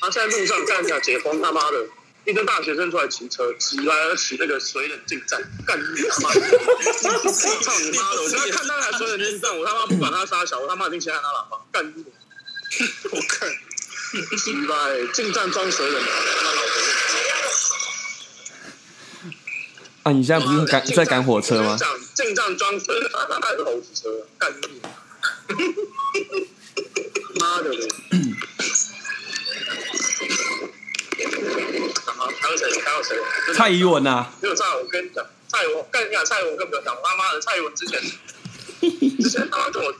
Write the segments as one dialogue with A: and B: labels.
A: 他现在路上干下解封他妈的，一堆大学生出来骑车，骑来骑那个水冷进站，干你他妈的！操你妈的！我现在看到台水冷进站，我他妈不管他杀小，我他妈已经先按他喇叭，干你！
B: 我 看
A: 鸡巴欸进站装水冷，
C: 啊，你现在不是 赶在赶火车吗？
A: 进站装水冷，他妈的猴子车，干你！ 妈的！还有谁？还有谁？
C: 蔡依文啊，
A: 没有蔡，我跟你讲，蔡我跟你讲，蔡我跟不要讲，我他妈的蔡文之前，之前他妈跟我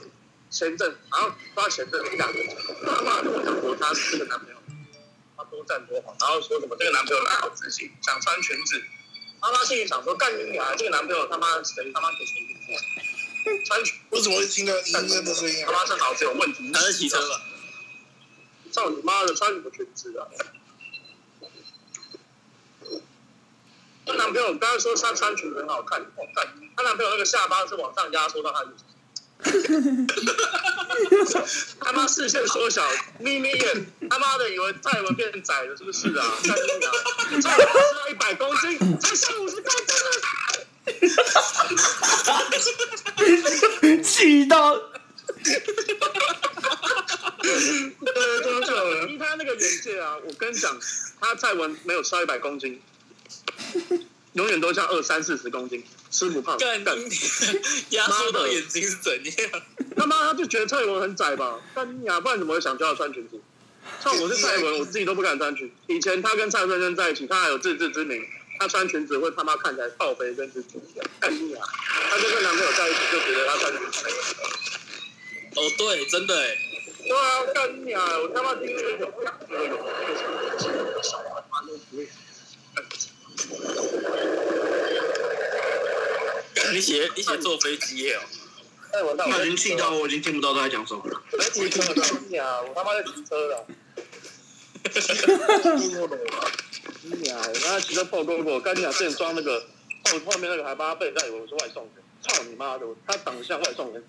A: 签证，然后发前证两个，他妈跟我讲说他是个男朋友，他多赞多好，然后说什么这个男朋友哪有自信，想穿裙子，他妈心里想说干你娘，这个男朋友他妈谁他妈给谁穿裙
B: 我怎么会听到音乐的声音
A: 他
B: 啊？
A: 妈是脑子有问题，
D: 他是骑车吧？
A: 操你妈的，穿什么裙子啊？她男朋友刚刚说她穿裙子很好看，我看她男朋友那个下巴是往上压缩到她的， 他妈视线缩小，眯眯眼，他妈的以为蔡文变窄了是不是啊？蔡文啊，蔡文吃到一百公斤，才剩五十公斤了。
C: 气到
A: 对对对，依他那个眼界啊，我跟你讲，他蔡文没有吃到一百公斤，永远都像二三四十公斤，吃不胖。
D: 干
A: 干
D: 压缩到眼睛是怎样？
A: 他妈他就觉得蔡文很窄吧？干你啊，不然怎么会想叫他穿裙子？像我是蔡文，我自己都不敢穿裙。以前他跟蔡先生在一起，他还有自知之明，他穿裙子会他妈看起来爆肥跟自己一样。干你啊！他就跟男朋友在一起就觉得他穿裙子。
D: 哦，对，真的哎，
A: 对啊，干你啊！我他妈听这个有。
D: 你写你写坐飞机耶哦，
A: 哎，我到
E: 他已经气到我已经听不到他在讲什么了。
A: 我在骑车了，干你啊！我他妈在骑车了。干你啊！我刚才骑车爆过过，干你啊！之前装那个后后面那个还帮他备胎，以为我是外送员。操你妈的！我他长得像外送员，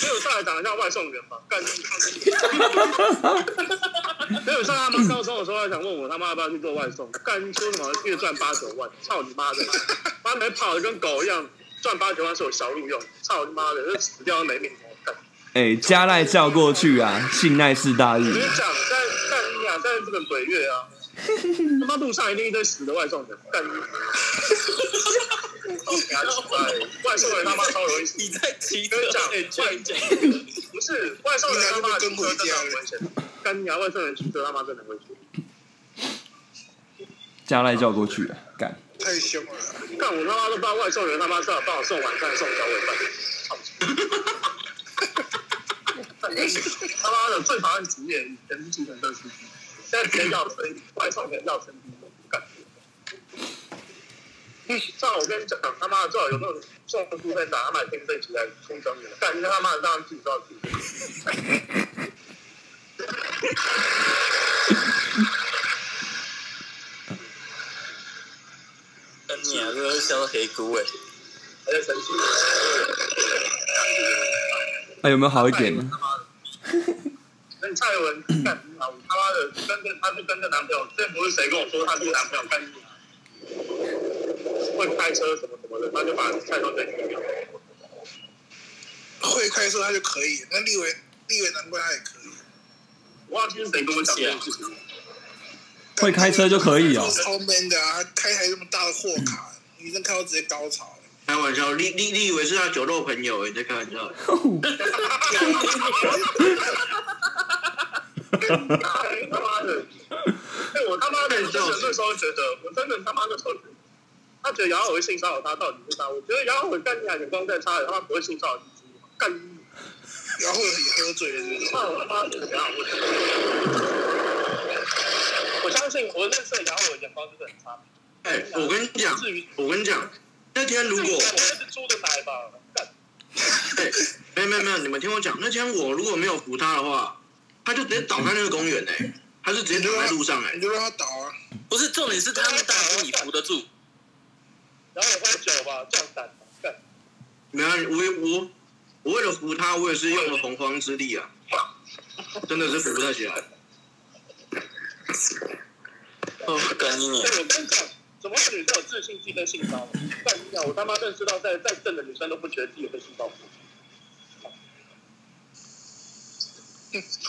A: 没有上来长得像外送员吧？干你！没有上他妈高中的时候还想问我他妈要不要去做外送，干你说什么月赚八九万？操你妈的！妈没跑的跟狗一样，赚八九万是我小路用。操你妈的！这死掉都没命！干！
C: 哎，加赖叫过去啊，信赖是
A: 我
C: 大
A: 跟你
C: 日。
A: 讲，在在你俩在这个鬼月啊，他妈路上一定一堆死的外送人，干你！ 哦外送人他妈超容易死，
D: 你在骑车
A: 跟你讲，
D: 哎
A: 外
D: 讲，
A: 不是外送人他妈骑车真的很危险，干你啊！外送人骑车他妈真的很危险，
C: 加赖叫过去啊，干，
B: 太凶了！
A: 干我他妈都不知道外送人他妈是要帮我送晚饭送小尾饭。 操他妈的，最讨厌职业，以前是基层司机，现在直接要成外送员要成干。像我跟你讲，他妈的最好有那种送路费打他妈听费起来充当员，干你他妈的让自己知道自己。
D: 干你啊，这个笑到黑菇哎，
A: 还在生气。
C: 哎，有没有好一点呢？
A: 跟蔡文干啊！我他妈的跟着他是跟着男朋友，这不是谁跟我说他是男朋友干你啊？会开车什么什么的，他就把蔡文给踢掉。
B: 会开车他就可以，那立伟立伟难怪他也可以。
A: 我忘记是谁跟我讲这件事情。
C: 会开车就可以哦
B: 他超 man 的啊！他开台这么大的货卡，女生看到直接高潮。
E: 开玩笑，你你你以为是他酒肉朋友？你在开玩笑？
A: 他妈的！哎，我他妈的，我真的那时候觉得，我真的他妈的错觉得，他觉得姚伟性骚扰他到底是啥？我觉得姚伟干你啊，眼光在差，他妈不会性骚扰你，干你！
B: 然后也喝醉了，是不是？
A: 那我妈怎么样？我我相信我认识的杨伟眼光真的很差。
E: 哎、我跟你讲，我跟你讲，那天如
A: 我
E: 果
A: 认识猪的奶吧？干
E: 哎、没有没有没有，你们听我讲，那天我如果没有扶他的话，他就直接倒在那个公园哎、他就直接倒在路上哎、
B: 你就让他倒啊！
D: 不是重点是他们大叔你扶得住，
A: 然后我喝酒吧，壮胆吧。干
E: 没有，我我 我为了扶他，我也是用了洪荒之力啊，真的是扶不太起来。
D: 哦，干你娘！
A: 对，我跟你讲，什么女生有自信自己跟性骚扰？干你娘！我他妈认识到再再正的女生都不觉得自己被性骚扰。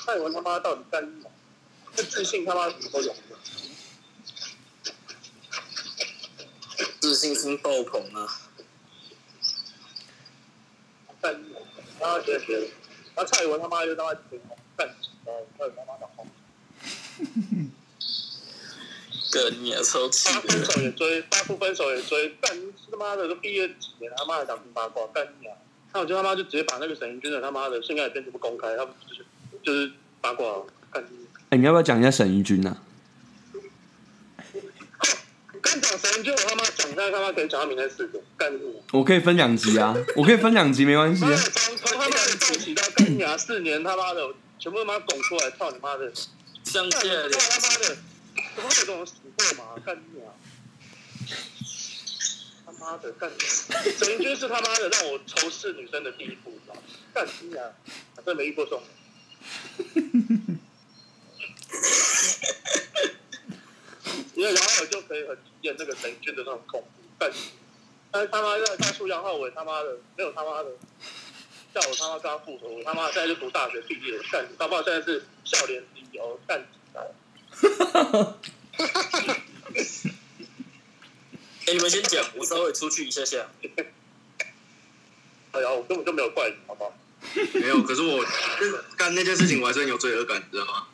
A: 蔡文他妈到底干你娘？这自信他妈什么都有。
D: 自信心爆棚啊！
A: 干你娘！然后学学，然后蔡文他妈就他妈挺红，干啊什么？蔡文他妈的红，
D: 干你娘，啊超气
A: 他分
D: 的！
A: 手也追，八不分手也追，干你他妈的都毕业几年，他妈的讲八卦，干你娘！那我就他妈就直接把那个沈云军的他妈的性爱片全部公开，他们就是就是八卦，干你娘！
C: 哎，你要不要讲一下沈玉君啊？
A: 干讲神就我他妈讲他他妈可以讲到明天四点，干什么？
C: 我可以分两集啊，我可以分两集没关系
A: 妈
C: 啊
A: 的，。从从他妈的报起到干牙四年，他妈的全部他妈拱出来，操你妈的！
D: 上
A: 干
D: 下
A: 你
D: 两
A: 他妈的，怎么会有这种死货嘛？干你啊！他妈的干你！沈云军是他妈的让我仇视女生的第一步，你知道吗？干你啊！我真没遇过这种人。因为然后我就可以很体验那个沈云军的那种恐怖，干你！但是他妈要大叔杨浩伟他妈的没有他妈的。叫我他妈跟他复合，我他妈现在就读大学毕业了，干，搞不好现在是笑脸理由干起来。
D: 哎，你们先讲，我稍微出去一下下。
A: 哎呀，我根本就没有怪你，好不好？
E: 没有，可是我干那件事情，我还是很有罪恶感，你知道吗？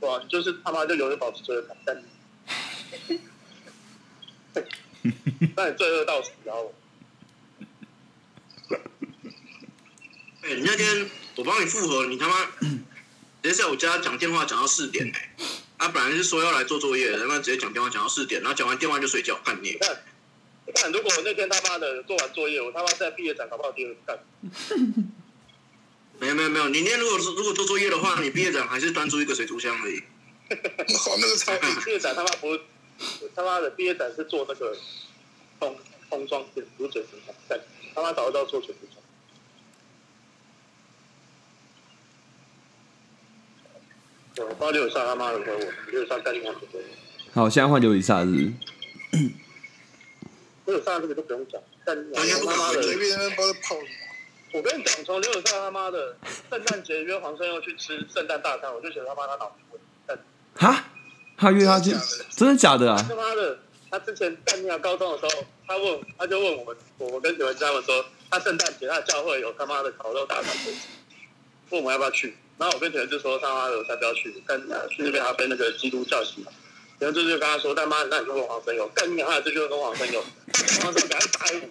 A: 对啊吧、你就是他妈就永远保持罪恶感，干你。那你罪恶到死，然后
E: 哎、你那天我帮你复合，你他妈直接在我家讲电话讲到四点哎、他、本来是说要来做作业的，他妈直接讲电话讲到四点，然后讲完电话就睡觉，干你
A: 你！看，你看，如果我那天他妈的做完作业，我他妈在毕业展搞不好第二干。哦
E: 没有没有没有，你那天如果是如果做作业的话，你毕业展还是端出一个水族箱而已。
B: 好，那个超
A: 毕业展他妈不是，他妈的毕业展是做那个封封装片，不是准时装，干他妈早知道做准时装。对我不知道刘以上他妈的回我，刘以上干你妈的回我。
C: 好，现在换刘以萨是不是
A: 刘友善这个就不用讲，但你
E: 完全不
A: 他
E: 敢
A: 妈
E: 回
A: 的
E: 嘴
B: 随，便那边包泡什么？
A: 我跟你讲，从刘友善他妈的圣诞节约黄胜佑去吃圣诞大餐，我就觉得他妈他脑子有问题但
C: 哈，他约他去
B: 真的假
C: 真的假
B: 的，
C: 的啊？
A: 他妈的，他之前在念高中的时候，他问他就问我们，我我跟刘文他们说，他圣诞节他的教会有他妈的烤肉大餐，问我们要不要去，然后我跟刘文就说他妈的我才不要去，干娘去那边还要被那个基督教洗脑。然后这就跟他说：“他妈，那你就跟黄生友，干你娘！这就跟黄生友，黄生友给他打一五。”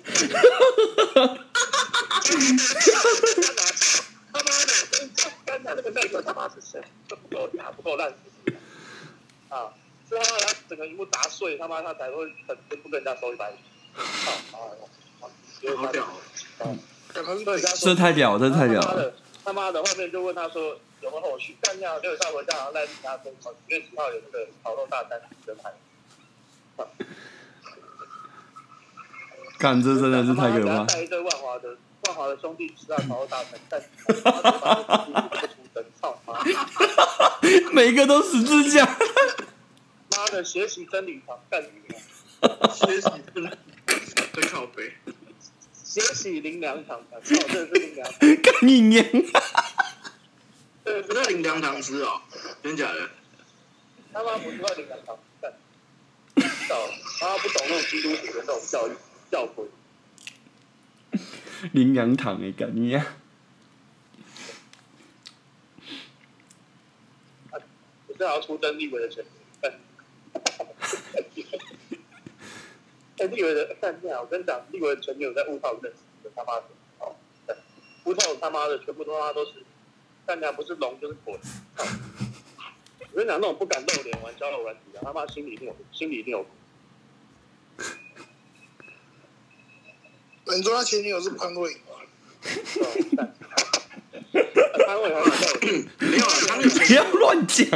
A: 他妈的，干娘那个内鬼他妈是谁？不够打，不够烂，啊！是他妈把整个荧幕砸碎，他妈他才会肯定不跟人家收一百五。操！
E: 好屌哦！
B: 干他是
A: 对，人家
C: 这
A: 说
C: 太屌，这太屌
A: 他妈
C: 了！
A: 的，他妈的，后面就问他说有没有后续？干掉六上回家，然后赖皮他说什么九月几号有那个烤肉大餐人排。
C: 干，这真的是太可
A: 他妈
C: 怕
A: 的！带一堆万华的万华的兄弟吃到烤肉大餐，但他妈的把他们自己不出声，操他妈！
C: 每个都十字架。
A: 妈的，学习真理堂干你娘！
E: 学习真的真靠背，
A: 学习林良堂，操，真的是林良堂，
C: 干你娘！
A: 真的
E: 我
A: 是
E: 在领凉堂吃哦，真假的？
A: 他妈不知道你敢搞干，到他妈不懂那种基督徒的那种教育教诲，
C: 林羊堂哎、干你娘！
A: 我正要出征立委的钱。干哎，立委的干你啊！我跟你讲，立委的前女友在乌套认识的，他妈的，哦，干乌套他妈的全部都他妈都是干你啊！不是龙就是鬼。操我跟你讲，那种不敢露脸玩交友软体的，他妈心里一定有心里一定有
B: 你说他前女友是潘玮柏，
A: 这种干。潘伟好像在我这里
E: 没有啊，他那个
C: 不
E: 前
C: 要乱讲。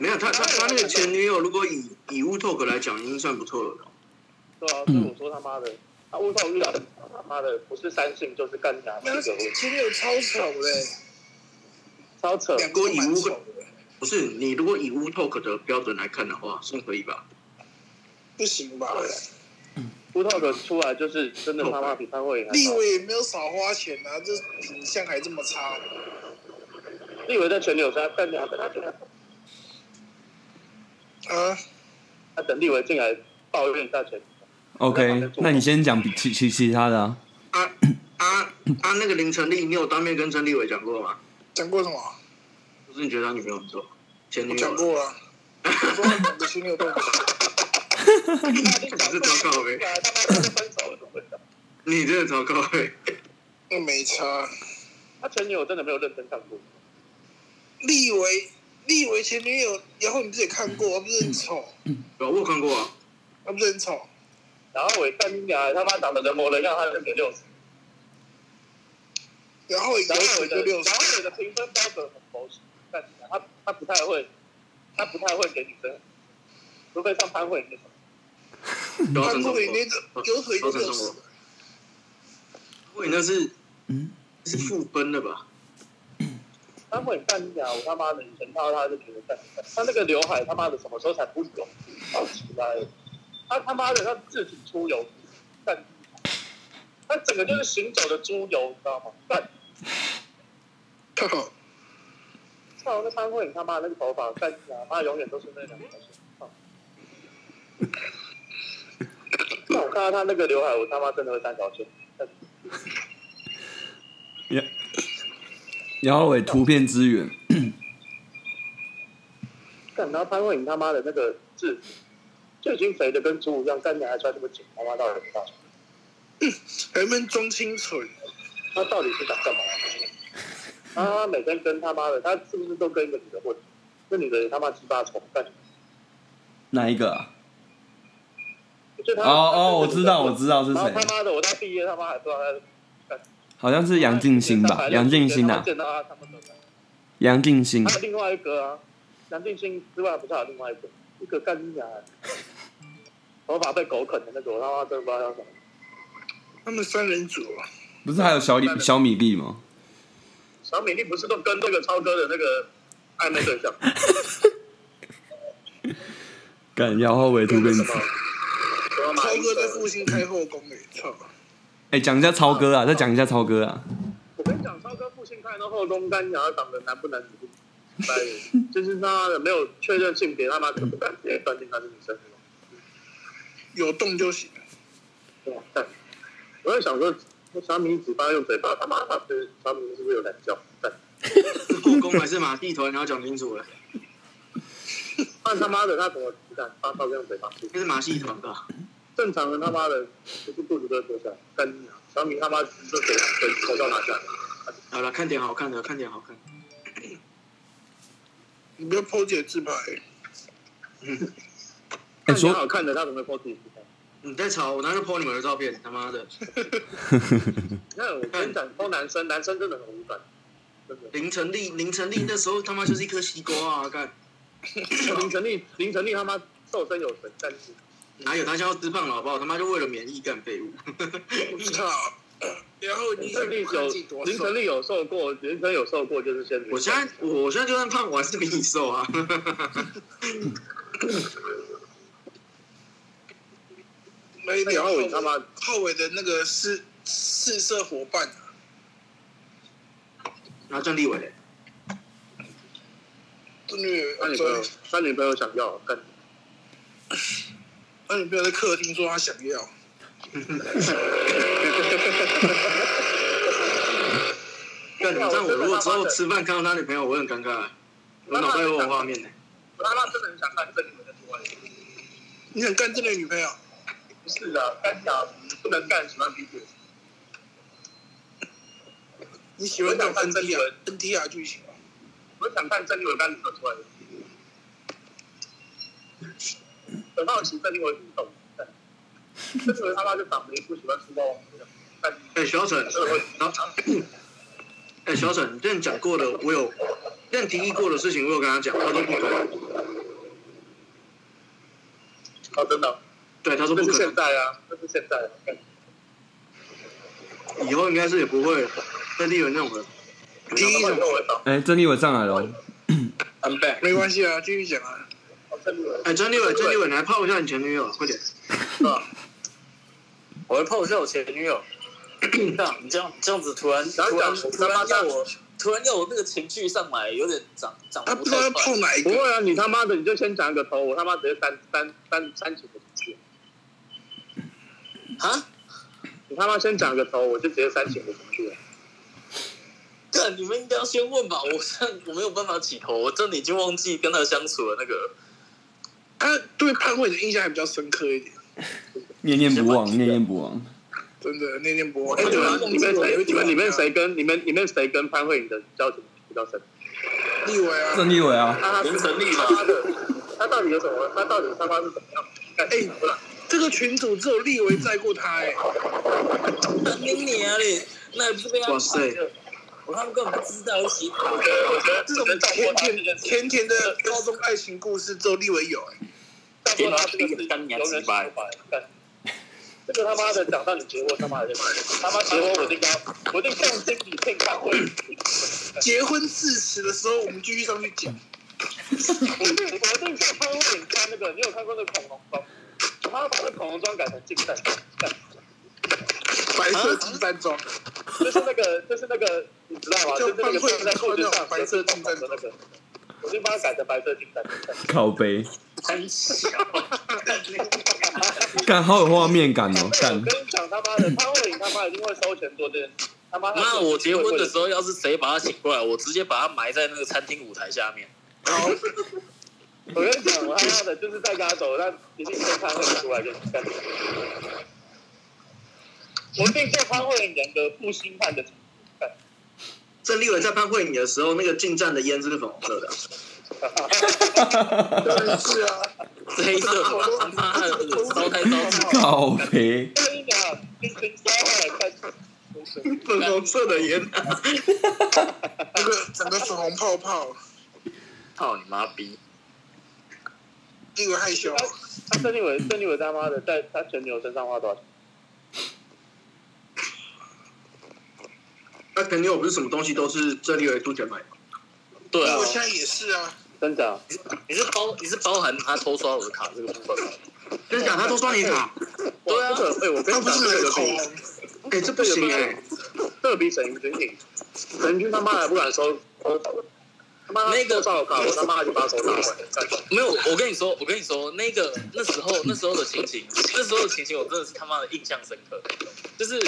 E: 没有他他他那个前女友，如果以以乌 talk 来讲，已经算不错了。
A: 对啊，所以我说他妈的，他问到遇到他妈的不是三性就是干啥，
B: 那
A: 那
B: 他
A: 个
B: 前女友超丑的，
A: 超扯。
B: 两个都蛮丑的。
E: 不是你如果以 Wu Talk 的标准来看的话，算可以吧？
B: 不行吧？
A: 不透的出来就是真的他妈比潘慧颖还
B: 立
A: 好。
B: 委也没有少花钱啊，这品相还这么差，
A: 立伟在全流山，但他他
B: 啊，
A: 他等立伟进来抱怨一下全。
C: OK，那你先讲其其其他的啊。
E: 啊啊啊！那个林成立，你有当面跟陈立伟讲过吗？
B: 讲过什么？
E: 不是你觉得他女朋友很丑，前女
B: 我
E: 友
B: 讲过了，我说两个前女友都不行，
E: 你是糟糕呗？你真的糟糕呗？
B: 那没差。啊
A: 他前女友真的没有认真看过，
B: 立委，立委前女友，然后你自己看过，而不是很丑，
E: 有我有看过啊，
B: 而不是很丑，
A: 然后我干你娘，他妈长得人模人样，他认得六十，
B: 然后有
A: 然后我
B: 水
A: 的
B: 就六十
A: 然，后我的评分标准很保守，但是他他不太会，他不太会给女生，除非像潘慧颖那种。
E: 有啊
B: 看
E: 陈
B: 过
E: 松
B: 你那
E: 柏，
B: 个有水就
E: 有陈
B: 六
E: 松
B: 十
E: 柏，，不过你那是
C: 嗯
E: 是负分的吧？
A: 潘慧颖干你娘，我他妈的以前看到他就觉得干，他那个刘海他妈的什么时候才不油？好奇怪，他他妈的他自己出油，干，他整个就是行走的猪油，你知道吗？干。
B: 靠
A: 操，那潘慧颖他妈那个头发，干他妈永远都是那两条线。操！那我看到他那个刘海，我他妈真的会三条线。
C: 姚伟图片资源，
A: 干，然后潘慧颖他妈的那个制服，就已经肥的跟猪一样，干你还穿这么紧，他妈到底干嘛？
B: 还们装清纯，
A: 他到底是想干嘛？他每天跟他妈的，他是不是都跟一个女的混？那女的也他妈鸡巴虫干！
C: 哪一个、啊？
A: 就他
C: 哦哦，我知道，我知道是
A: 然后
C: 谁
A: 他，妈的，我到毕业他妈还哎不知道他
C: 好像是杨静欣吧？杨静欣
A: 啊
C: 啊，，
A: 见到他他们都
C: 杨静欣
A: 还有另外一个啊，梁静欣之外不是还有另外一个，一个干你娘的， 头发被狗啃的那个，我他妈真的不知道叫什么。
B: 他们三人组啊，
C: 不是还有小李小米粒吗？
A: 小米粒不是都跟那个超哥的那个暧昧 对象，
C: 干姚伟图片资
A: 什，么？什么马
B: 超
A: 英
B: 哥
A: 九
B: 在复兴开后宫诶，操，
C: 哎，讲一下超哥啊，再讲一下超哥啊，
A: 我跟你讲，超哥父亲看到后宫干娘长得男不男女不女，白人就是他妈的没有确认性别，他妈的不敢直接断定他是女生。
B: 有动就行。
A: 对吧干我在想说，小米嘴巴用嘴巴，他妈他小米是不是有懒觉？干
E: 是故宫还是马戏团？你要讲清楚了，
A: 但他妈的，他怎么只敢发烧用嘴巴？
E: 那是马戏团吧？
A: 正常人他妈的，就是肚子都会起来，干你娘！小米他妈就嘴嘴口罩拿下来，
E: 好了，看点好看的，看点好看。
B: 你不要剖姐自拍，
C: 哎
A: 看起来
C: 说，
A: 好看的他怎么会脱自己自拍？
E: 你在吵，我拿去 po 你们的照片，他妈的，
A: 你看我跟你讲，偷男生，男生真的很无感，真的。
E: 林成立，林成立那时候他妈就是一颗西瓜啊！干，
A: 林晨丽，林晨丽他妈瘦身有神，但是
E: 哪有他想要吃胖了好不好？他妈就为了免疫干废物。
B: 我操！然后
A: 林
B: 你
A: 晨丽
B: 看
A: 有
B: 自己多
A: 林
B: 瘦
A: 晨，丽有瘦过，林晨有瘦过就是仙女。
E: 我现在我我现在就算胖，我还是比你瘦啊！
B: 没
A: 那
B: 聊
A: 浩
B: 后
A: 伟
B: 尾
A: 他
B: 他
A: 妈
B: 妈浩伟的那个是四色伙伴啊，
E: 然后像立伟，
B: 这女
A: 他女朋友
B: 对，，
A: 他女朋友想要，但
B: 他女朋友在客厅说她想要，
E: 干你这样我如果之后吃饭看到他女朋友，我会很尴尬，我脑袋会有画面的。
A: 我他妈真的很想看这女的出来。
B: 你想干这类女朋友？
A: 不是的，干讲不能干喜欢啤酒。
B: 你喜欢这种 N T R 啊 N T R 剧情吗？
A: 我想看郑丽文干什么出来的。很好奇郑丽文怎么懂的，郑丽文他妈就长得也不喜欢吃肉，但
E: 哎，小沈，
A: 真的会
E: 然 后，哎，小沈，你之前讲过的，我有，之前提议过的事情，我有跟他讲，他都不可能。
A: 哦，真的，
E: 对，他说
A: 这
E: 不
A: 是
E: 可
A: 现
E: 能，
A: 在啊，这是现在、啊。干
E: 以后应该是也不会了。像立伟那种人，
B: 第
A: 郑
B: 一
A: 丽文
B: 种
A: 我懂，
C: 哎，郑立伟上来了哦，
D: I'm back。
B: 没关系啊，继续讲啊。
E: 哎，张立伟，张立伟，你来泡一下你前女友，快点！
D: 我会碰一下我前女友。这样，你这样这样子突然
A: 然后
D: 突然
A: 讲
D: 突然要我突然要我那个情绪上来，有点长长
B: 他
D: 不
B: 啊不知道
D: 太
B: 要
D: 快。
B: 碰哪一
A: 不
B: 个，
A: 会啊，你他妈的你就先讲一个头，我他妈直接三三三三几个字。
D: 啊！
A: 你他妈先讲个头，我就直接删减个程序了。
D: 对，啊你们应该要先问吧，我现在我没有办法起头，我真的已经忘记跟他相处的那个。
B: 他啊对潘慧的印象还比较深刻一点，
C: 念念不忘，念念不忘。
B: 真的念念不忘。
A: 哎，你
D: 对啊
A: 们你们谁？你们里面
B: 谁？
A: 谁跟你们你们谁跟潘慧颖的交情比较深？
B: 立伟啊，
C: 郑立伟啊，
A: 他
D: 凌晨立马
A: 他妈的，他到底有什么？他到底他妈是怎么样？
B: 哎
A: 哎，不然
B: 这个群主只有立维载过他、哎，
D: 干你啊你！那也不是被他
E: 哇塞
D: 绑的，我他们根本不知道一起跑。
A: 我觉得
B: 这种甜甜甜甜的高中爱情故事只有立维有、哎，
A: 天哪，这个是当年几百。这个他妈的讲到你结婚，他妈的他妈结婚我就跟他，我就向经理骗潘慧颖，
B: 结婚事实的时候我们继续上去讲。
A: 我就我就向潘慧颖看那个，你有看过那个恐龙装？他把那恐龙装改成竞赛，干
B: 白色进山装，
A: 就是那个，就是那个，你知道吗？就
B: 就是
A: 那个
B: 放会
A: 放在裤子上
B: 白色进
A: 洞
B: 山
A: 的那个，我就把它改成白色进山。
C: 靠背，
D: 很小，
C: 干好有画面感
A: 我
C: 哦，干
A: 跟你讲他妈的，潘慧颖他妈一定会收钱做这件事。他妈，
D: 那我结婚的时
A: 候，
D: 候，要是谁把他请过来，我直接把他埋在那个餐厅舞台下面。
B: 好，
A: 我跟你讲，我他妈的就是在跟他走，那一定跟潘慧颖出来跟你干。我一定叫潘慧颖人格负心汉的。
E: 郑立伟在潘慧敏的时候，那个进站的烟是粉红色的。
B: 真是啊，
D: 这一个他妈的烧太烧气，
C: 靠背，
A: 我跟你讲，你你稍微看，我
E: 粉红色的烟，
B: 那个整个粉红泡泡，
D: 操你妈逼！
B: 立维害羞。
A: 他郑立伟，郑立伟他妈的在他前女友身上花多少钱？
E: 那肯定又不是什么东西都是郑立伟杜钱买的。
D: 对
B: 立
D: 啊，
B: 维现在也是啊，
A: 真的？
D: 你是包你是包含他偷刷我的卡这个部分吗？
E: 真假？他都刷你卡？
A: 对啊，这个哎，我跟
B: 他
A: 你
B: 不
A: 讲，
B: 是
A: 这
B: 人
A: 个
B: 口
A: 比
B: 红，
E: 哎，这不行哎、
A: 这个比沈云军赢，沈云军他妈还不敢收，收他妈
D: 那个
A: 照卡，我他妈就把他手打坏。
D: 没有，我跟你说，我跟你说，那个那时候那时候的情形，那时候的情形，我真的是他妈的印象深刻。就是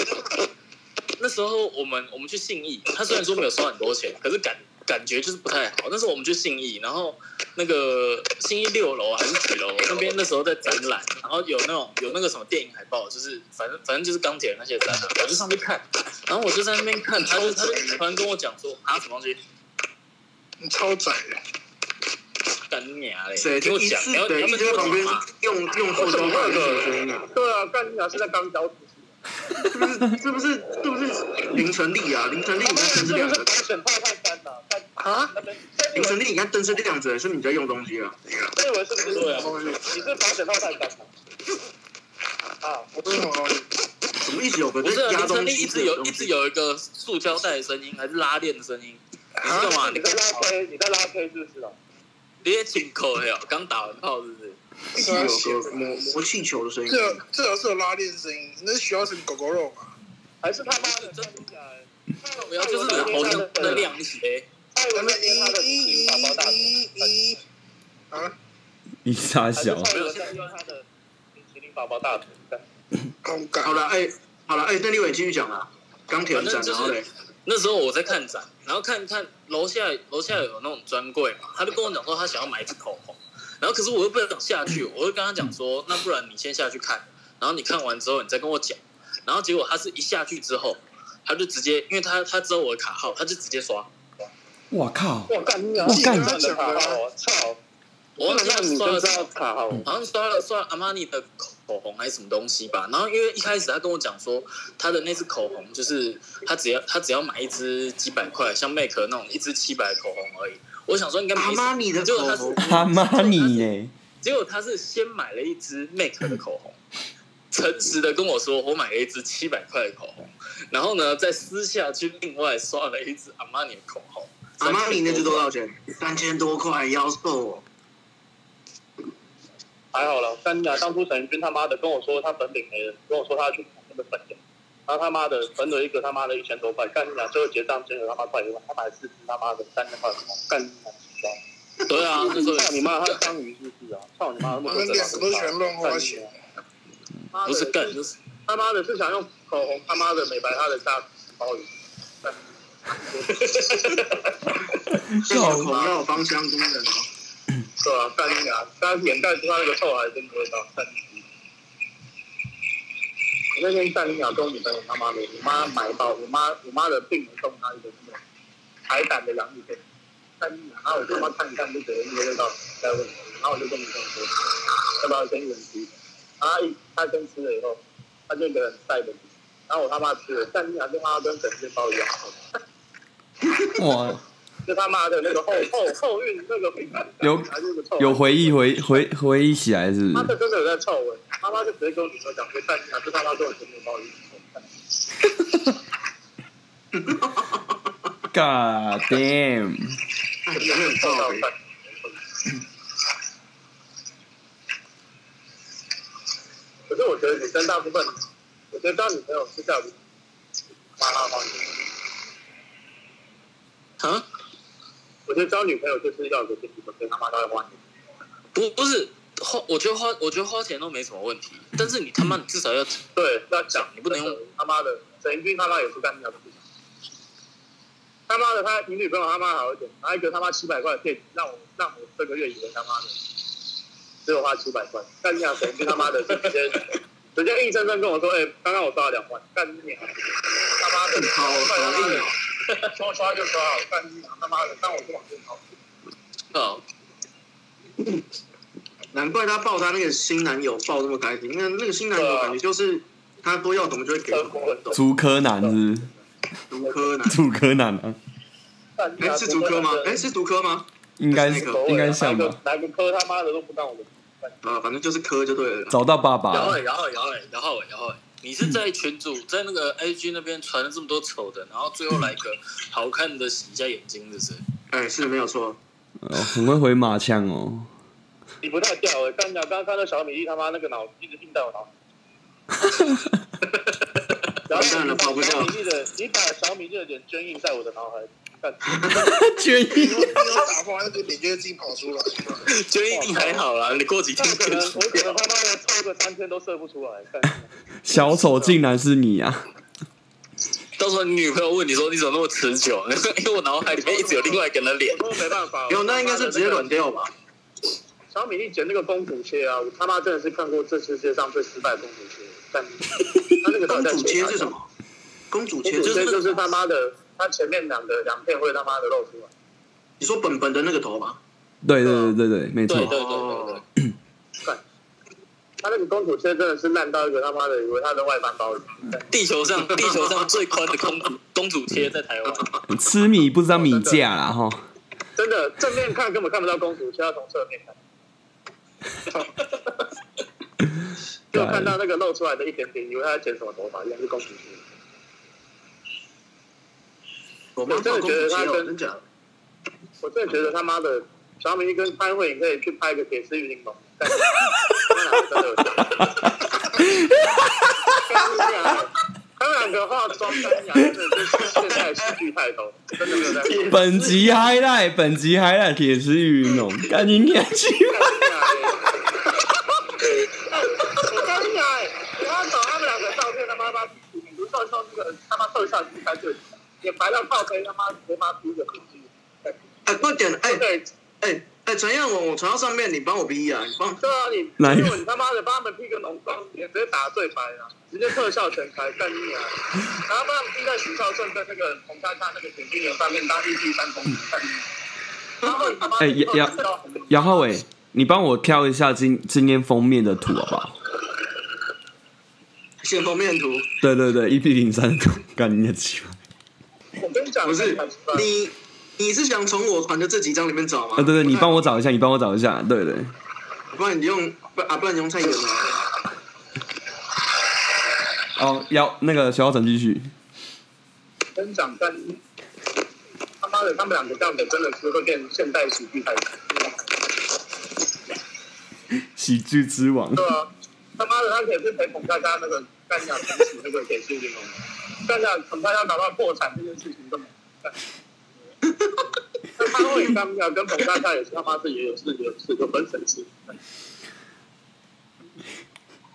D: 那时候我们我们去信义，他虽然说没有收很多钱，可是感感觉就是不太好。那时候我们去信义，然后那个信义六楼还是几楼那边那时候在展览，然后有那种有那个什么电影海报，就是反正反正就是钢铁人那些展览，我就上去看，然后我就在那边看，他就他就突然跟我讲说啊什么东西。
B: 你超窄的，
D: 干你娘嘞！
E: 哎谁
D: 听
E: 就
D: 我
E: 一
D: 讲，
E: 次
D: 你要
E: 对
D: 你要
E: 一
D: 不
E: 直在
D: 听我
E: 旁
D: 讲
E: 边
D: 嘛？
E: 用用塑胶袋的声音啊？
A: 对啊，干你娘是在刚交出去，
E: 是不是是不是是不是凌晨丽啊？凌晨丽，
A: 他
E: 你
A: 妈
E: 看
A: 的
E: 灯
A: 是
E: 是亮
A: 不 是
E: 着
A: 敢。选派派三呐？干
B: 啊，
A: 那边
E: 凌晨丽，你看灯是亮着，是你在用东西啊？哦
A: 郑立伟是不是？
D: 对啊，
A: 你是反选派派三吗？啊，我
B: 什么东西？
E: 什么一直有个
D: 不是啊
E: 在压
D: 凌
E: 东
D: 晨
E: 西？
D: 丽一直有一直有一个塑胶袋的声音，还是拉链的声音？你
B: 啊
D: 是干嘛？
A: 你
D: 你
A: 在拉 K，你在拉 K 是不是啊？
D: 你也请口了，刚打完炮是不是？
B: 一直
E: 有
B: 要写
E: 个磨磨气球的声音。
B: 这有这有是有拉链声音，那是徐耀成狗狗肉嘛？
A: 还是他妈的
D: 真
A: 真假的？
D: 我要就是
A: 我
D: 好像能量一起嘞。
A: 蔡
B: 他
A: 文
B: 们
A: 在捏
B: 咦
A: 他的
B: 咦
A: 宝宝大
B: 咦咦，啊，
C: 你傻小，
A: 没有在捏他的麒麟宝宝大腿。
B: 好
E: 好
B: 尬。
E: 了，哎，好了，哎，邓丽伟继续讲啦。钢铁人展，
D: 反正
E: 然
D: 就是
E: 后嘞，
D: 那时候我在看展，然后看看楼下楼下有那种专柜嘛，他就跟我讲说他想要买一支口红，然后可是我又不想下去，我就跟他讲说，那不然你先下去看，然后你看完之后你再跟我讲，然后结果他是一下去之后，他就直接，因为他他知道我的卡号，他就直接刷，
C: 我靠，
A: 我干你娘！
C: 哇干
A: 他的卡号，我操！
D: 我忘记他
A: 你
D: 刷
A: 真
D: 了
A: 知
D: 什
A: 道
D: 么
A: 卡号。
D: 好像刷了刷了阿玛尼的口红还是什么东西吧。然后因为一开始他跟我讲说，他的那支口红就是他只要他只要买一支几百块，像 Make 那种一支七百口红而已。我想说应该没
E: 阿
D: 什
E: 玛
D: 么，
E: 尼的
D: 结
E: 口
D: 果他是
E: 红，
C: 阿玛尼耶，
D: 结果他是先买了一支 Make 的口红，诚实的跟我说我买了一支七百块的口红，然后呢再私下去另外刷了一支阿玛尼的口红。
E: 阿玛尼那只多少钱？三千多块，妖兽、哦。
A: 还好了，干娘当初沈君他妈的跟我说他本领没了，跟我说他去砍那个粉的，然后他妈的粉了一个他妈的一千多块，干娘最后结账金额他妈快一万，他买四只他妈的三千块，干娘
D: 对啊，那时候也
A: 操
D: 是
A: 你妈，他章鱼是不是啊？操你妈，那么多
B: 们两个都喜欢乱花钱，
D: 不是更，就是
A: 他妈的是想用口红他妈的美白他的大鲍鱼，
E: 这个口要有芳香功能哦。
A: 对吧、啊？干娘，他掩盖住他那个臭还真不会到干娘。我那天干娘跟我女朋友他妈的，我妈买包，我妈我妈的病人送她一个那个海胆的洋芋片，干娘，然后我他妈看一看就觉得那个味道在问我，然后我就跟女朋友说，要不要先一人吃一口？然后她一她先吃了以后，她就一个人晒着，然后我他妈吃了，干娘跟妈跟整只包一样厚，
C: 哇，
A: 就他妈的那个后后后运那个
C: 有
A: 还是那个臭味
C: 有回忆回回回忆起来是不
A: 妈的
C: 是？
A: 真的有在臭味，妈妈就直接跟我女朋友讲说干你啊，这他妈跟我前女友包一起臭。
C: God damn！
E: 哎有没有
A: 臭
E: 道
A: 到
E: 理？
A: 干。可是我觉得女生大部分，我觉得当女朋友是这样子，妈妈帮你。
D: 啊，
A: 我觉得交女朋友就是要有个心理准备，他妈的花钱。
D: 不不是花，我觉得花，我觉得花钱都没什么问题，但是你他妈你至少要
A: 对，要讲，
D: 你不能用
A: 他妈的，沈军他妈也是干掉的事情。他妈的，他你女朋友他妈好一点，拿一个他妈七百块的电池，让我让我这个月以为他妈的 只有花七百块，干掉沈军他妈的直接直接硬生生跟我说，哎、刚刚我刷了两万，干你娘！他妈的，
E: 好好硬哦！
A: 说刷就刷，干你娘！他妈的，当我是往前跑。
D: 啊，
E: 难怪她抱她那个新男友抱那么开心，那那个新男友感觉就是她多要什么就会给什么，
C: 竹柯南是
E: 竹科
C: 不
E: 男
C: 是？。竹柯南啊，
A: 干你
E: 哎，
A: 娘
E: 是竹科吗？哎，是竹科吗？
C: 应该是
E: 那个
C: 应该像
A: 哪
C: 吧
A: 个？哪个科他妈的都不当我的。
E: 啊，反正就是科就对了啦。
C: 找到爸爸
D: 然后
C: 了，
D: 欸然后欸然后欸然后欸然后欸你是在群主在那个 IG 那边传了这么多丑的，然后最后来一个好看的洗一下眼睛，就是
E: 哎，是没有错。
C: 哦很会回马枪哦。
A: 你不太掉哎、欸！刚刚刚看到小米粒他妈那个脑一直印在我脑里。然后
E: 当然了跑不掉
A: 小米粒的，你把小米粒的脸狰印在我的脑海里。干
C: 决
B: 你
C: 议
B: 有你有打花那个脸就会自己跑出来。
D: 就一定还好啦，你过几天
A: 那我可
D: 就
A: 能
D: 出
A: 我可
D: 掉
A: 能。他妈的抽个三天都射不出来。干
C: 小丑竟然是你啊！
D: 到时候你女朋友问你说你怎么那么持久？因为我脑海里面一直有另外一个人的脸
A: 我。说没办法。
E: 有，那应该是直接软
A: 软。
E: 掉吧？
A: 小米粒剪那个公主切啊，我他妈真的是看过这世界上最失败的公主切。干他那个
E: 公主切是什？么？公主
A: 公
E: 切
A: 主
E: 就是
A: 切
E: 那
A: 就是
E: 个
A: 他妈的，他前面两个两片会他妈的露出来。
E: 你说本本的那个头吧？
C: 对对对对对，没错
D: 对。对对对对，
A: 他那个公主切真的是烂到一个他妈的，以为他的外翻包里。
D: 地球上地球上最宽的公主公主贴在台湾，
C: 吃米不知道米价啦哈。
A: 真的正面看根本看不到公主，需要从侧面看，就看到那个露出来的一点点，以为她在剪什么头发，原来是公主头。
E: 我妈抱公主切
A: 我真的觉得她
E: 哦，
A: 跟
E: 真假的？
A: 我真的觉得他妈的小米跟潘慧颖可以去拍个铁丝玉玲珑，但是他们两个真的有钱。他们两个化妆跟牙真的是现代戏剧派头，真的没有在。
C: 本集 highlight，本集 highlight 铁丝云龙，赶紧点去吧。
A: 我告诉你哎，你要找他们两个照片，他妈把你如照照那个他妈特效机才对，也白到靠背，他妈直接妈逼的出去。
E: 哎，快点！哎
A: 对，
E: 哎哎，陈彦文，我传到上面，你帮我 P 啊，你帮
A: 对啊，你
C: 来
A: 结果你他妈的帮他们 P 个浓妆，直接打最白了，直接特效全开，干你啊！然后帮他们 P 在许孝顺跟那个洪嘉嘉那个田径员上面当一级三公主，干你啊！然后他妈
C: 哎呀呀杨浩伟，你帮我挑一下今今天封面的图好不好？
E: 先封面图。
C: 对对对，一 P 零三图， 赶紧去吧。
A: 我跟你讲，
E: 不是
A: 干你啊
E: 你，你是想从我传的这几张里面找吗？
C: 啊，对对，你帮
E: 我，
C: 我找一下，你帮我找一下。对对，
E: 不然你用不啊，不然你用蔡妍啊。
C: 哦，要那个小浩成继续。
A: 啊跟长干，他妈妈的，他们两个这样子真的是会变现代喜剧台词。
C: 喜剧之王，
A: 对啊，他妈的，他可是陪捧大家那个干亚重启那个给谢金龙，干亚捧大家拿到破产这件事情根本不干。他会干亚跟捧大家也是他妈自己也有事也有事，就分神事。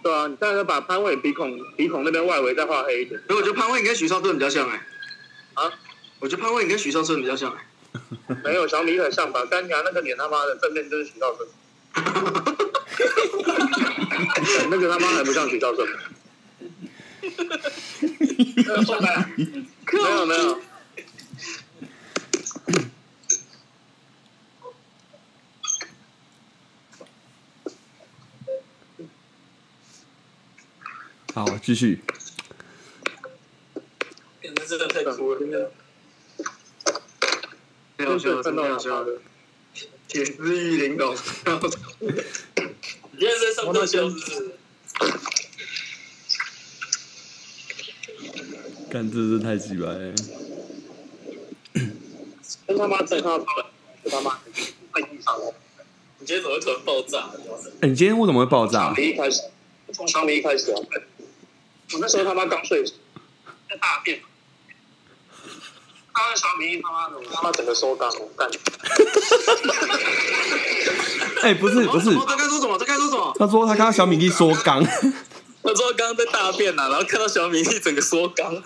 A: 对啊，你现在把潘玮鼻孔鼻孔那边外围再画黑一点，
E: 所以我觉得潘玮你跟许绍真的比较像哎、
A: 啊，
E: 我觉得潘玮你跟许绍真的比较像哎、
A: 没有小米很像吧？干牙那个脸他妈的正面就是许绍生， 那个他妈还不像许绍生。没有没有，
C: 好，继续。
D: 真的真的太酷了。
E: 太好
A: 真
E: 笑了，
A: 是
E: 真
A: 看到
E: 的太好
A: 他
E: 笑
A: 妈
E: 了，
A: 的。
E: 铁丝玉哦玲珑，
D: 你现在在上特效是不是？
C: 干，这是太鸡巴了。
A: 跟他妈真他妈的，跟他妈太异常了。
D: 你今天怎么会突然爆炸？
C: 哎、你今天为什么会爆炸
A: 小？明一开始，从小明一开始啊，我那时候他妈刚睡醒，在大便。刚刚小明他妈的，我他妈整个收档，我干。
C: 哎、不是不是，
E: 哦他刚说什么？他刚说什么？
C: 他说他看到小米粒缩肛，
D: 他说刚刚在大便呐、然后看到小米一整个缩肛。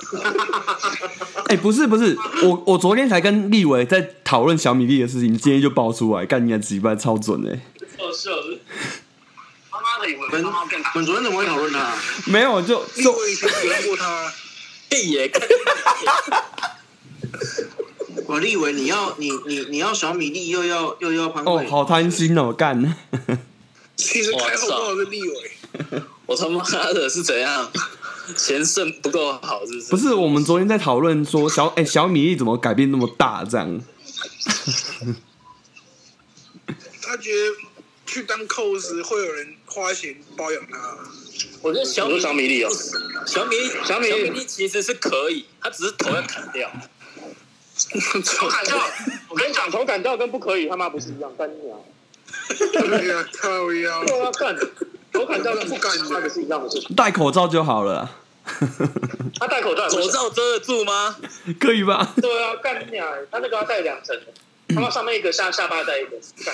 C: 哎、不是不是，我我昨天才跟立伟在讨论小米粒的事情，今天就爆出来，干你的鸡巴超准哎、
D: 好笑的，
A: 他妈的，以为
E: 我们
A: 他妈变大
E: 我们昨天怎么会讨论他、啊？
C: 没有就
B: 立伟以前喜欢过他，
D: 屁耶！看
E: 我立伟，你要你你你要小米粒，又要又要潘
C: 哦
E: 玮，，
C: 好贪心哦，干。
B: 其实开后道是立伟，
D: 我他妈的是怎样？钱剩不够好是不是？
C: 不是，我们昨天在讨论说小哎、小米粒怎么改变那么大这样，
B: 他觉得去当 cos 会有人花钱包养他，
D: 我觉得小
A: 你
D: 米
A: 说小米粒啊
D: 小米
A: 小米
D: 小米粒其实是可以，他只是头要砍掉。
A: 头砍掉，我跟你讲，头砍掉跟不可以他妈不是一样，干你啊！
B: 对啊，靠腰，
A: 对啊，干，头砍掉跟不干他妈的是一样的事情。
C: 戴口罩就好了 啊，
A: 他戴口罩也不行，
D: 口罩遮得住吗？
C: 可以吧？
A: 对啊，干你啊！他那个要戴两层，他妈上面一个下下巴戴一个，干。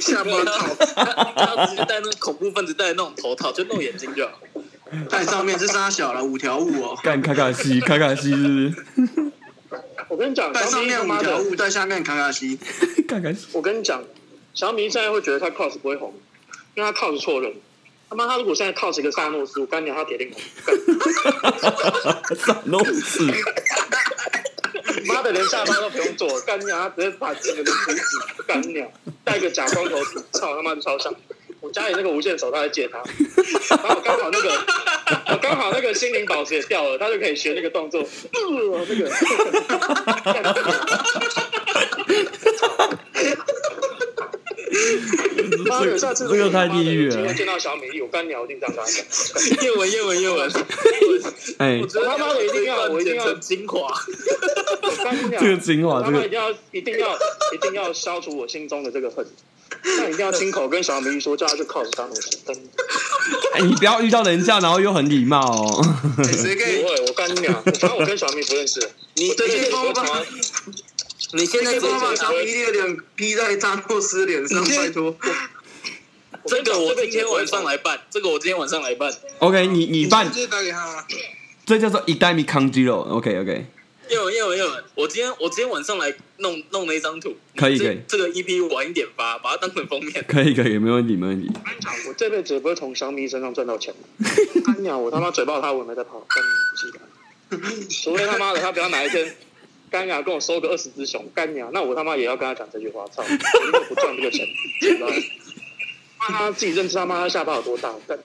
B: 下巴套，
D: 他要直接戴那个恐怖分子戴的那种头套，就露眼睛就好。
E: 在上面是沙小了，五条悟哦，
C: 干卡卡西，卡卡西是
A: 我跟你讲，
E: 在
A: 小
E: 上
A: 米
E: 面
A: 他
E: 五
A: 妈
E: 条
A: 的，
E: 悟，在下面卡卡 西。
C: 不是？ 卡卡西，
A: 我跟你讲，小米现在会觉得他 cos 不会红，因为他 cos 错人。他妈，他如果现在 cos 一个萨诺斯，我干你，他铁定红。
C: 傻弄死！
A: 妈的，连下巴都不用做，干你，他直接把整个鼻子干你，戴个假光头，操他妈的超像。我家里那个无线手他还借他，然后我刚好那个，我刚好那个心灵宝石也掉了，他就可以学那个动作，呃、那个。妈的，下次
C: 这个太地狱
A: 今
C: 了
A: 天。见到小米粒，我干鸟一定这样跟他讲。
D: 叶文，叶文，叶文，
C: 哎、
D: 我觉得
A: 我他妈的一定要
D: 这段
A: 我一定
D: 剪
A: 要
D: 成精华。
A: 我干鸟，
C: 这个精华，
A: 他
C: 这
A: 们
C: 个
A: 一定要一定要一定要消除我心中的这个恨。那一定要亲口跟小米粒说，叫他去 cos 当我是真的。
C: 哎、你不要遇到人家，然后又很礼貌哦。
E: 哎谁可
A: 不
E: 以？
A: 会，我干鸟，反正我跟小米不认识。
D: 你
A: 对对
E: 你
A: 对，
E: 帮
A: 我
E: 我
A: 从
E: 把
A: 来
D: 你现在
E: 你
D: 这
E: 帮我把
D: 个
E: 小米粒的脸 P 在扎诺斯脸上，拜托。
D: 这个我今天晚上来办，这个我今天晚上来办。
C: OK，你你办
B: 直，接打给他，
C: 这叫做一代米康基肉。OK OK，
D: 叶文，叶文，叶文，我今天我今天晚上来弄弄那一张图，
C: 可以
D: 这
C: 可以
D: 这个 EP 晚一点发，把它当成封面。
C: 可以可以，没问题没问题。
A: 我这辈子也不会从小米身上赚到钱。干鸟，我他妈嘴爆他，我也没在跑，干鸡巴。除非他妈的他不要哪一天干鸟跟我收个二十只熊，干鸟，那我他妈也要跟他讲这句话，操！我如果不赚这个钱，知道吗？他自己认识他妈他下巴有多大，干。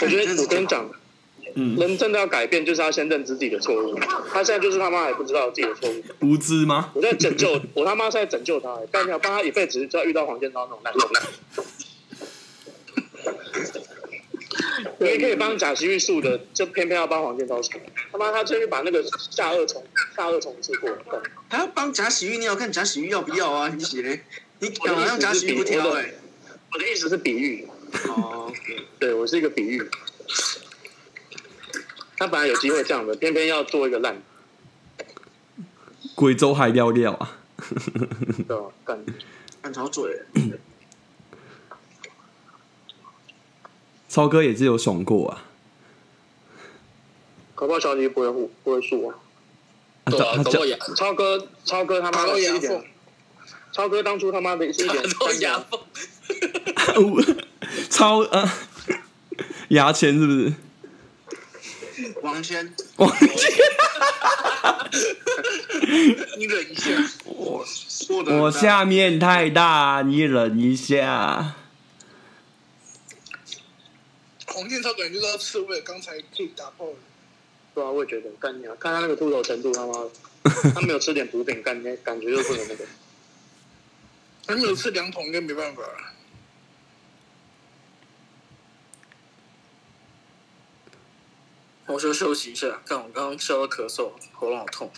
A: 我觉得我跟你讲，
C: 嗯
A: 人真的要改变，就是要先认知自己的错误。他现在就是他妈还不知道自己的错误。
C: 无知吗？
A: 我在拯救，我他妈是在拯救他、欸，但你要帮他一辈子，就要遇到黄建超那种烂种烂。你也可以帮贾西玉树的，就偏偏要帮黄建超输。他妈，他真是把那个下颚重下颚重置过，干
E: 还要帮贾喜玉，你要看贾喜玉要不要啊？你写嘞，你干嘛让贾喜玉不
A: 我
E: 挑
A: 的
E: 哎、
A: 意我的意思是比喻，
E: 哦，
A: 对我是一个比喻。他本来有机会这样的，偏偏要做一个烂，
C: 贵州海料料啊，
A: 对吧？干，
E: 看超嘴，
C: 超哥也是有爽过啊，
A: 搞不好小李不会护不会输啊。
C: 啊
D: 对
C: 他
D: 啊，
C: 他
D: 搞
C: 叫
D: 到牙，
A: 超哥，超哥他妈
B: 打
A: 的
B: 到
A: 是
B: 牙
A: 一点
B: 缝，，
A: 超哥当初他妈的是一点
D: 搞到
A: 三
D: 牙
A: 条，
D: 缝，
C: 超啊，牙签是不是？
E: 王谦，
C: 哇，
E: 你忍一下，
C: 我
E: 我的
C: 我下面太大，你忍一下。
B: 黄建超感觉就是要刺猬，刚才就打爆了。
A: 对啊，我也觉得干你啊！看他那个秃头程度，他妈的，他没有吃点补品，干你感觉就不能那个。
B: 他没有刺两桶，应该没办法了。
D: 我说休息一下，看我刚刚笑到 咳嗽，喉咙好痛。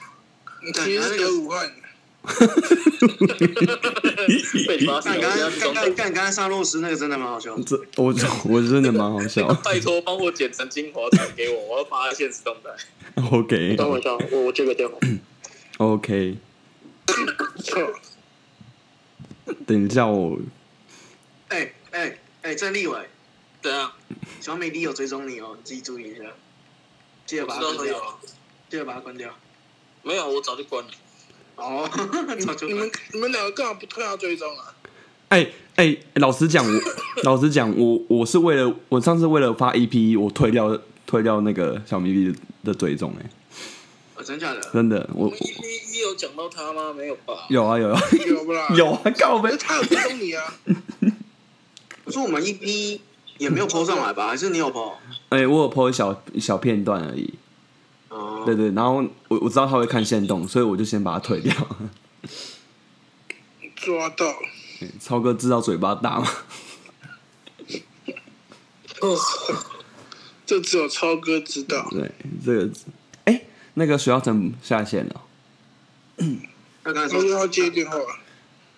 B: 你其实是得武汉，
A: 被发现
E: 干
A: 了，
E: 刚
A: 不要
E: 刚
A: 去装
E: 干刚干刚刚上肉丝那个真的蛮好笑，
C: 这我我真的蛮好笑。
D: 拜托帮我剪成精华传给我，我要发现实动 态。
C: OK
A: 等我一下，我我接个电话。
C: OK，等一下我
E: 哎哎哎，郑立伟，
D: 怎样？
E: 小美丽有追踪你哦，你自己注意一下，记得
D: 我
E: 把它
D: 知道
E: 关
D: 他有
E: 掉，
D: 啊，
E: 记得把它关掉。
D: 没有，我早就关了。
E: 哦， 早就
B: 你们你们两个干嘛不推他追踪啊？
C: 哎哎、老实讲，我老实讲，我我是为了我上次为了发 EP，我退掉退掉那个小咪咪的追踪哎、
E: 哦真假的？
C: 真的我
D: 我
C: 我
D: 们 EP 一有讲到他吗？没有吧？
C: 有啊有啊
B: 有不啦？
C: 有，啊，告
B: 可
C: 呗
B: 是。他有追踪你啊。
E: 可是我们一批也没有 PO 上来吧？还是你有 PO？
C: 哎、我有 po 一小小片段而已，
E: 哦，
C: 对对，然后我我知道他会看线动，所以我就先把它退掉。
B: 抓到，
C: 超哥知道嘴巴大吗？
B: 这只有超哥知道。
C: 对，这个哎、那个徐耀成下线了，
E: 他刚才
B: 超
E: 说
B: 哥要接电话，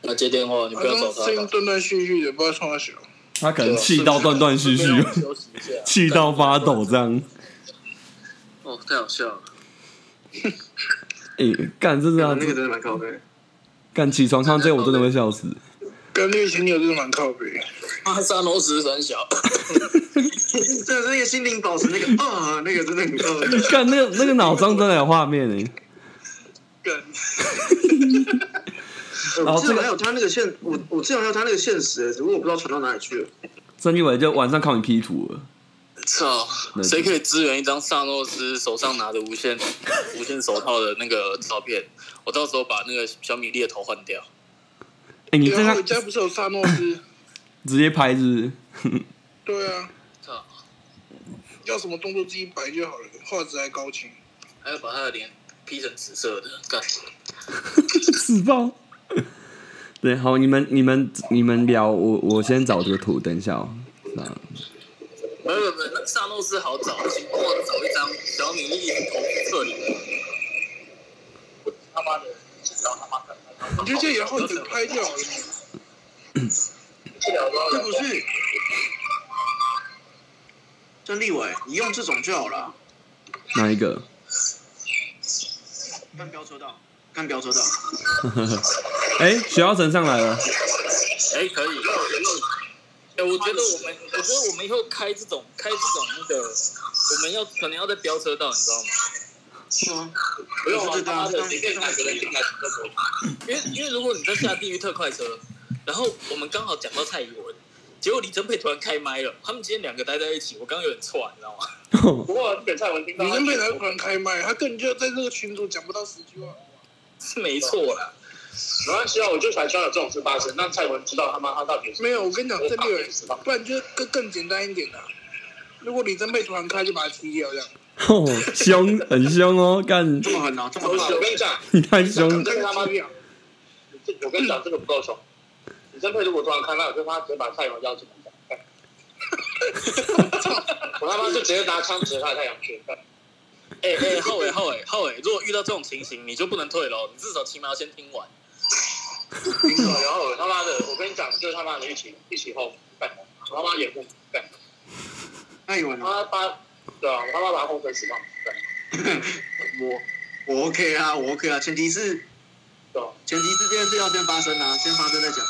D: 那接电话，你
B: 他
D: 不要找
B: 刚
D: 他
B: 声音
D: 吧。
B: 断断续续的，不知道冲他小。
C: 他可能气到断断续续，
D: 休息一下。
C: 气到发抖这样。
D: 哦，太好笑了。
C: 哎、干这是啊
E: 那，个真的蛮高的。
C: 干起床上见我真的会笑死。
B: 跟那个前女友真的蛮靠背。
D: 阿 三楼石很小，
E: 这这个心灵宝石那个 啊，那个真的很高。
C: 干那个那个脑中真的有画面哎、
B: 干，
C: 然后哦
E: 我之
C: 这
E: 前
C: 个
E: 还有他那个现，我我之前还有他那个现实，只不过我不知道传到哪里去了。
C: 郑立伟就晚上靠你 P 图了，
D: 操！
C: 那
D: 谁可以支援一张萨诺斯手上拿着无限无限手套的那个照片？我到时候把那个小米粒的头换掉。
C: 哎、你这
B: 然后啊我
C: 样
B: 家不是有萨诺斯？
C: 直接拍是
B: 对啊，
D: 操！
B: 要什么动作自己摆就好了，画质还高清。
D: 还要把他的脸 P 成紫色的，干！
C: 不是？自爆。对，好，你们你们你们聊，我我先找这个图，等一下哦。啊，
D: 没有没有没有，那萨诺斯好找，请帮我找一张小米粒的头色里面。我他妈的，去找他妈的！
B: 你就这以后你就拍就好了。
D: 治疗到
E: 这不是郑立伟，你用这种就好了。
C: 哪一个？
E: 干飙车道，干飙车道，
C: 哎、徐耀成上来了，
D: 哎、可以。哎、我觉得我们，我觉得我们以后开这种开这种那个，我们要可能要在飙车道，你知道吗？
E: 是吗？
D: 不
E: 用啊
D: 他妈的，随便
E: 当然
D: 开，随便开，因为因为如果你在下地狱特快车，然后我们刚好讲到蔡依文，结果李真佩突然开麦了，他们今天两个待在一起，我刚刚有点错，啊你知道吗？
A: 不过给蔡文听到
B: 你
A: 他，
B: 跟被他突然开麦，他根本就在这个群组讲不到十句话。
D: 是没错啦，
A: 没关系啊，我就才需要有这种事发生，让蔡文知道他妈他到底是
B: 没有，我跟你讲，这里有，
A: 知道。
B: 不然就更更简单一点的、如果李真被突然开，就把他踢掉这样。
C: 哦，凶，很凶哦，干，
E: 这么狠啊，这么
A: 我
E: 狠啊！
A: 我跟你讲，
C: 你太凶，
A: 这个他妈
B: 踢掉，
A: 这我跟你讲，这个不够凶。李真佩如果突然看到，我就他直接把蔡文邀请来讲。我他妈就直接拿枪指着他的太阳穴干。
D: 哎哎，后尾后尾后尾，如果遇到这种情形，你就不能退了，你至少起码要先听完。
A: 然后我他妈的，我跟你讲，就是他妈的一起一起后干，我他妈也不干，
E: 那有人哦
A: 他把对啊，我他妈把他后腿死光干，
E: 我我 OK 啊，我 OK 啊，前提是
A: 对啊，
E: 前提是这件事要先发生啊，先发生再
A: 先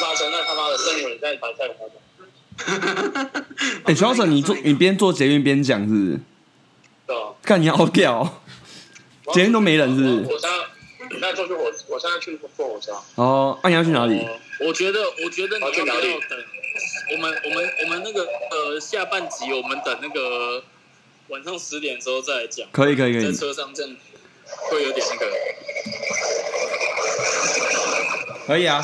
A: 发生那他妈的真有人在白菜花的，
E: 讲。
C: 哎、小沈，你做你边做捷运边讲是不是？
A: 对啊，
C: 看你好屌、哦，捷运都没人是
D: 嗯
C: 不是？
A: 我现在那就去火，我现在去坐火车，
C: 哦，那、你要去哪里？
D: 我觉得，我觉得你
A: 好
D: 要
A: 去
D: 不
A: 哪
D: 要
A: 里
D: 等？我们我们我们那个呃下半集，我们等那个晚上十点之后再来讲，
C: 可以可以可
D: 在
C: 以，
D: 车上这样会有点那个。
C: 可以啊，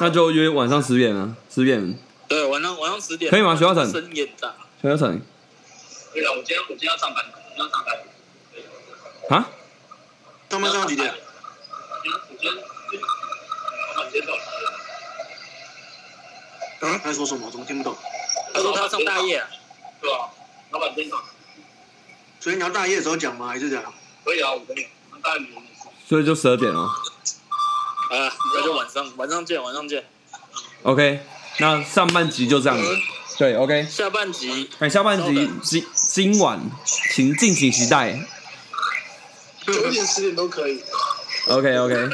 C: 那就约晚上十点啊，十点。
D: 对，晚上晚上十点
C: 可以吗徐浩成
D: 声音大，
C: 小沈
A: 对啊，我今天我今天要上班，今天要上班，
C: 啊，
E: 他们上到几点？
A: 今天我今天我今天到。
E: 啊？他在说什么？我怎么听不懂？
D: 他说他上大夜、啊，
A: 对啊，老板真好，
E: 所以你要大夜的时候讲吗？还是这样？
A: 可以啊，我跟你，我们大女人也是，
C: 所以就十二点哦。
A: 啊
D: 好啦啊那就晚上晚上见，晚上见。
C: OK，那上半集就这样子。对，OK，
D: 下半集
C: 那下半集今今晚请敬请期待。
B: 九点十点都可以。
C: OK OK，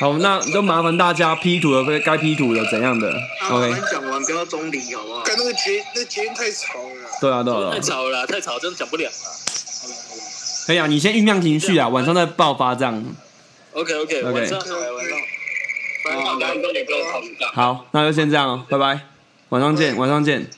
C: 好，那就麻烦大家 P 图的该 P 图的怎样的
E: 啊慢
C: ？OK，
E: 慢讲完，不要中离，好不好？
B: 干那个捷那捷运太吵了啦，
C: 对啊对啊，对
D: 太
C: 啊
D: 吵了啦，太吵，真的讲不了了。
C: 可以啊，你先酝酿情绪啊，晚上再爆发这样。
D: OK OK，
C: OK
D: 晚上来晚上。
A: 哦不然大家跟你哥吵一架。
C: 好，那就先这样哦，拜拜，晚上见，晚上见。